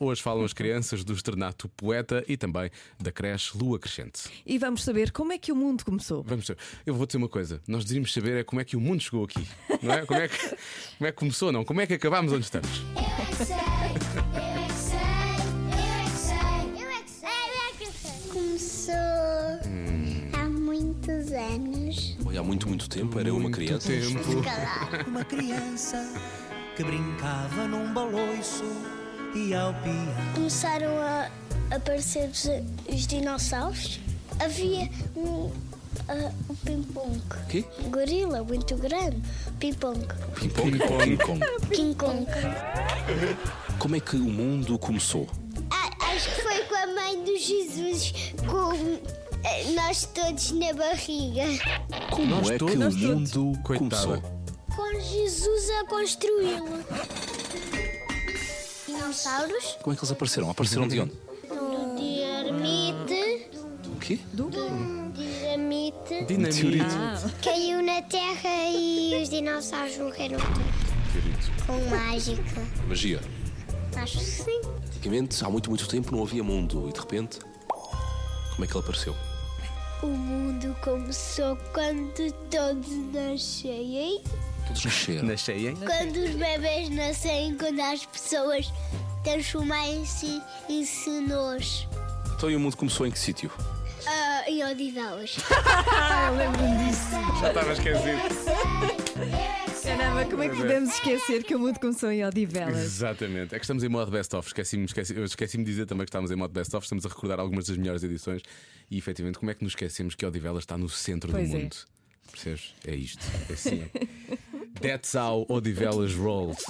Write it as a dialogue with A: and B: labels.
A: Hoje falam as crianças do Externato Poeta e também da creche Lua Crescente.
B: E vamos saber como é que o mundo começou.
A: Vamos ver. Eu vou dizer uma coisa: nós deveríamos saber é como é que o mundo chegou aqui, não é? Como é que, como é que começou, não? Como é que acabámos onde estamos?
C: Eu é que sei, eu é que sei, eu é que sei, eu é que sei, eu é que sei. Começou há muitos anos.
D: Foi há muito, muito tempo, era eu uma
A: Muito
D: criança.
A: Tempo.
E: uma criança que brincava num baloiço e ao piano.
C: Começaram a aparecer os, os dinossauros. Havia um. ah, um ping-pong.
D: Quê?
C: Um gorila muito grande. Ping-pong.
D: Ping-pong. Ping-pong.
C: King Kong.
D: Como é que o mundo começou?
C: acho que foi com a mãe do Jesus. Com eh, nós todos na barriga.
D: Como
A: Nós
D: é
A: todos-
D: que
A: nós
D: o
A: todos.
D: mundo
A: Coitada.
D: começou?
C: Com Jesus a construí-lo. Dinossauros?
D: Como é que eles apareceram? Apareceram de onde?
C: No dinamite.
D: O quê?
C: Dinamite.
A: Dinamite.
C: Caiu na terra e os dinossauros morreram com mágica.
D: Magia.
C: Acho que sim.
D: Antigamente, há muito, muito tempo, não havia mundo e de repente. Como é que ele apareceu?
C: O mundo começou quando todos nascem.
D: Todos nasceram.
A: Na cheia, hein?
C: Quando os bebês nascem, quando as pessoas transformarem-se em sinos.
D: Então e o mundo começou em que sítio?
C: Ah, em Odivelas.
A: Já estava esquecido.
B: Caramba, como é que podemos esquecer que o mundo começou em Odivelas?
A: Exatamente. É que estamos em modo best-of. Esqueci-me esqueci, eu esqueci-me de dizer também que estávamos em modo best-of. Estamos a recordar algumas das melhores edições. E efetivamente, como é que nos esquecemos que Odivelas está no centro
B: Pois
A: do
B: é.
A: mundo? Percebes? É isto. É assim. That's how Odivelas rolls.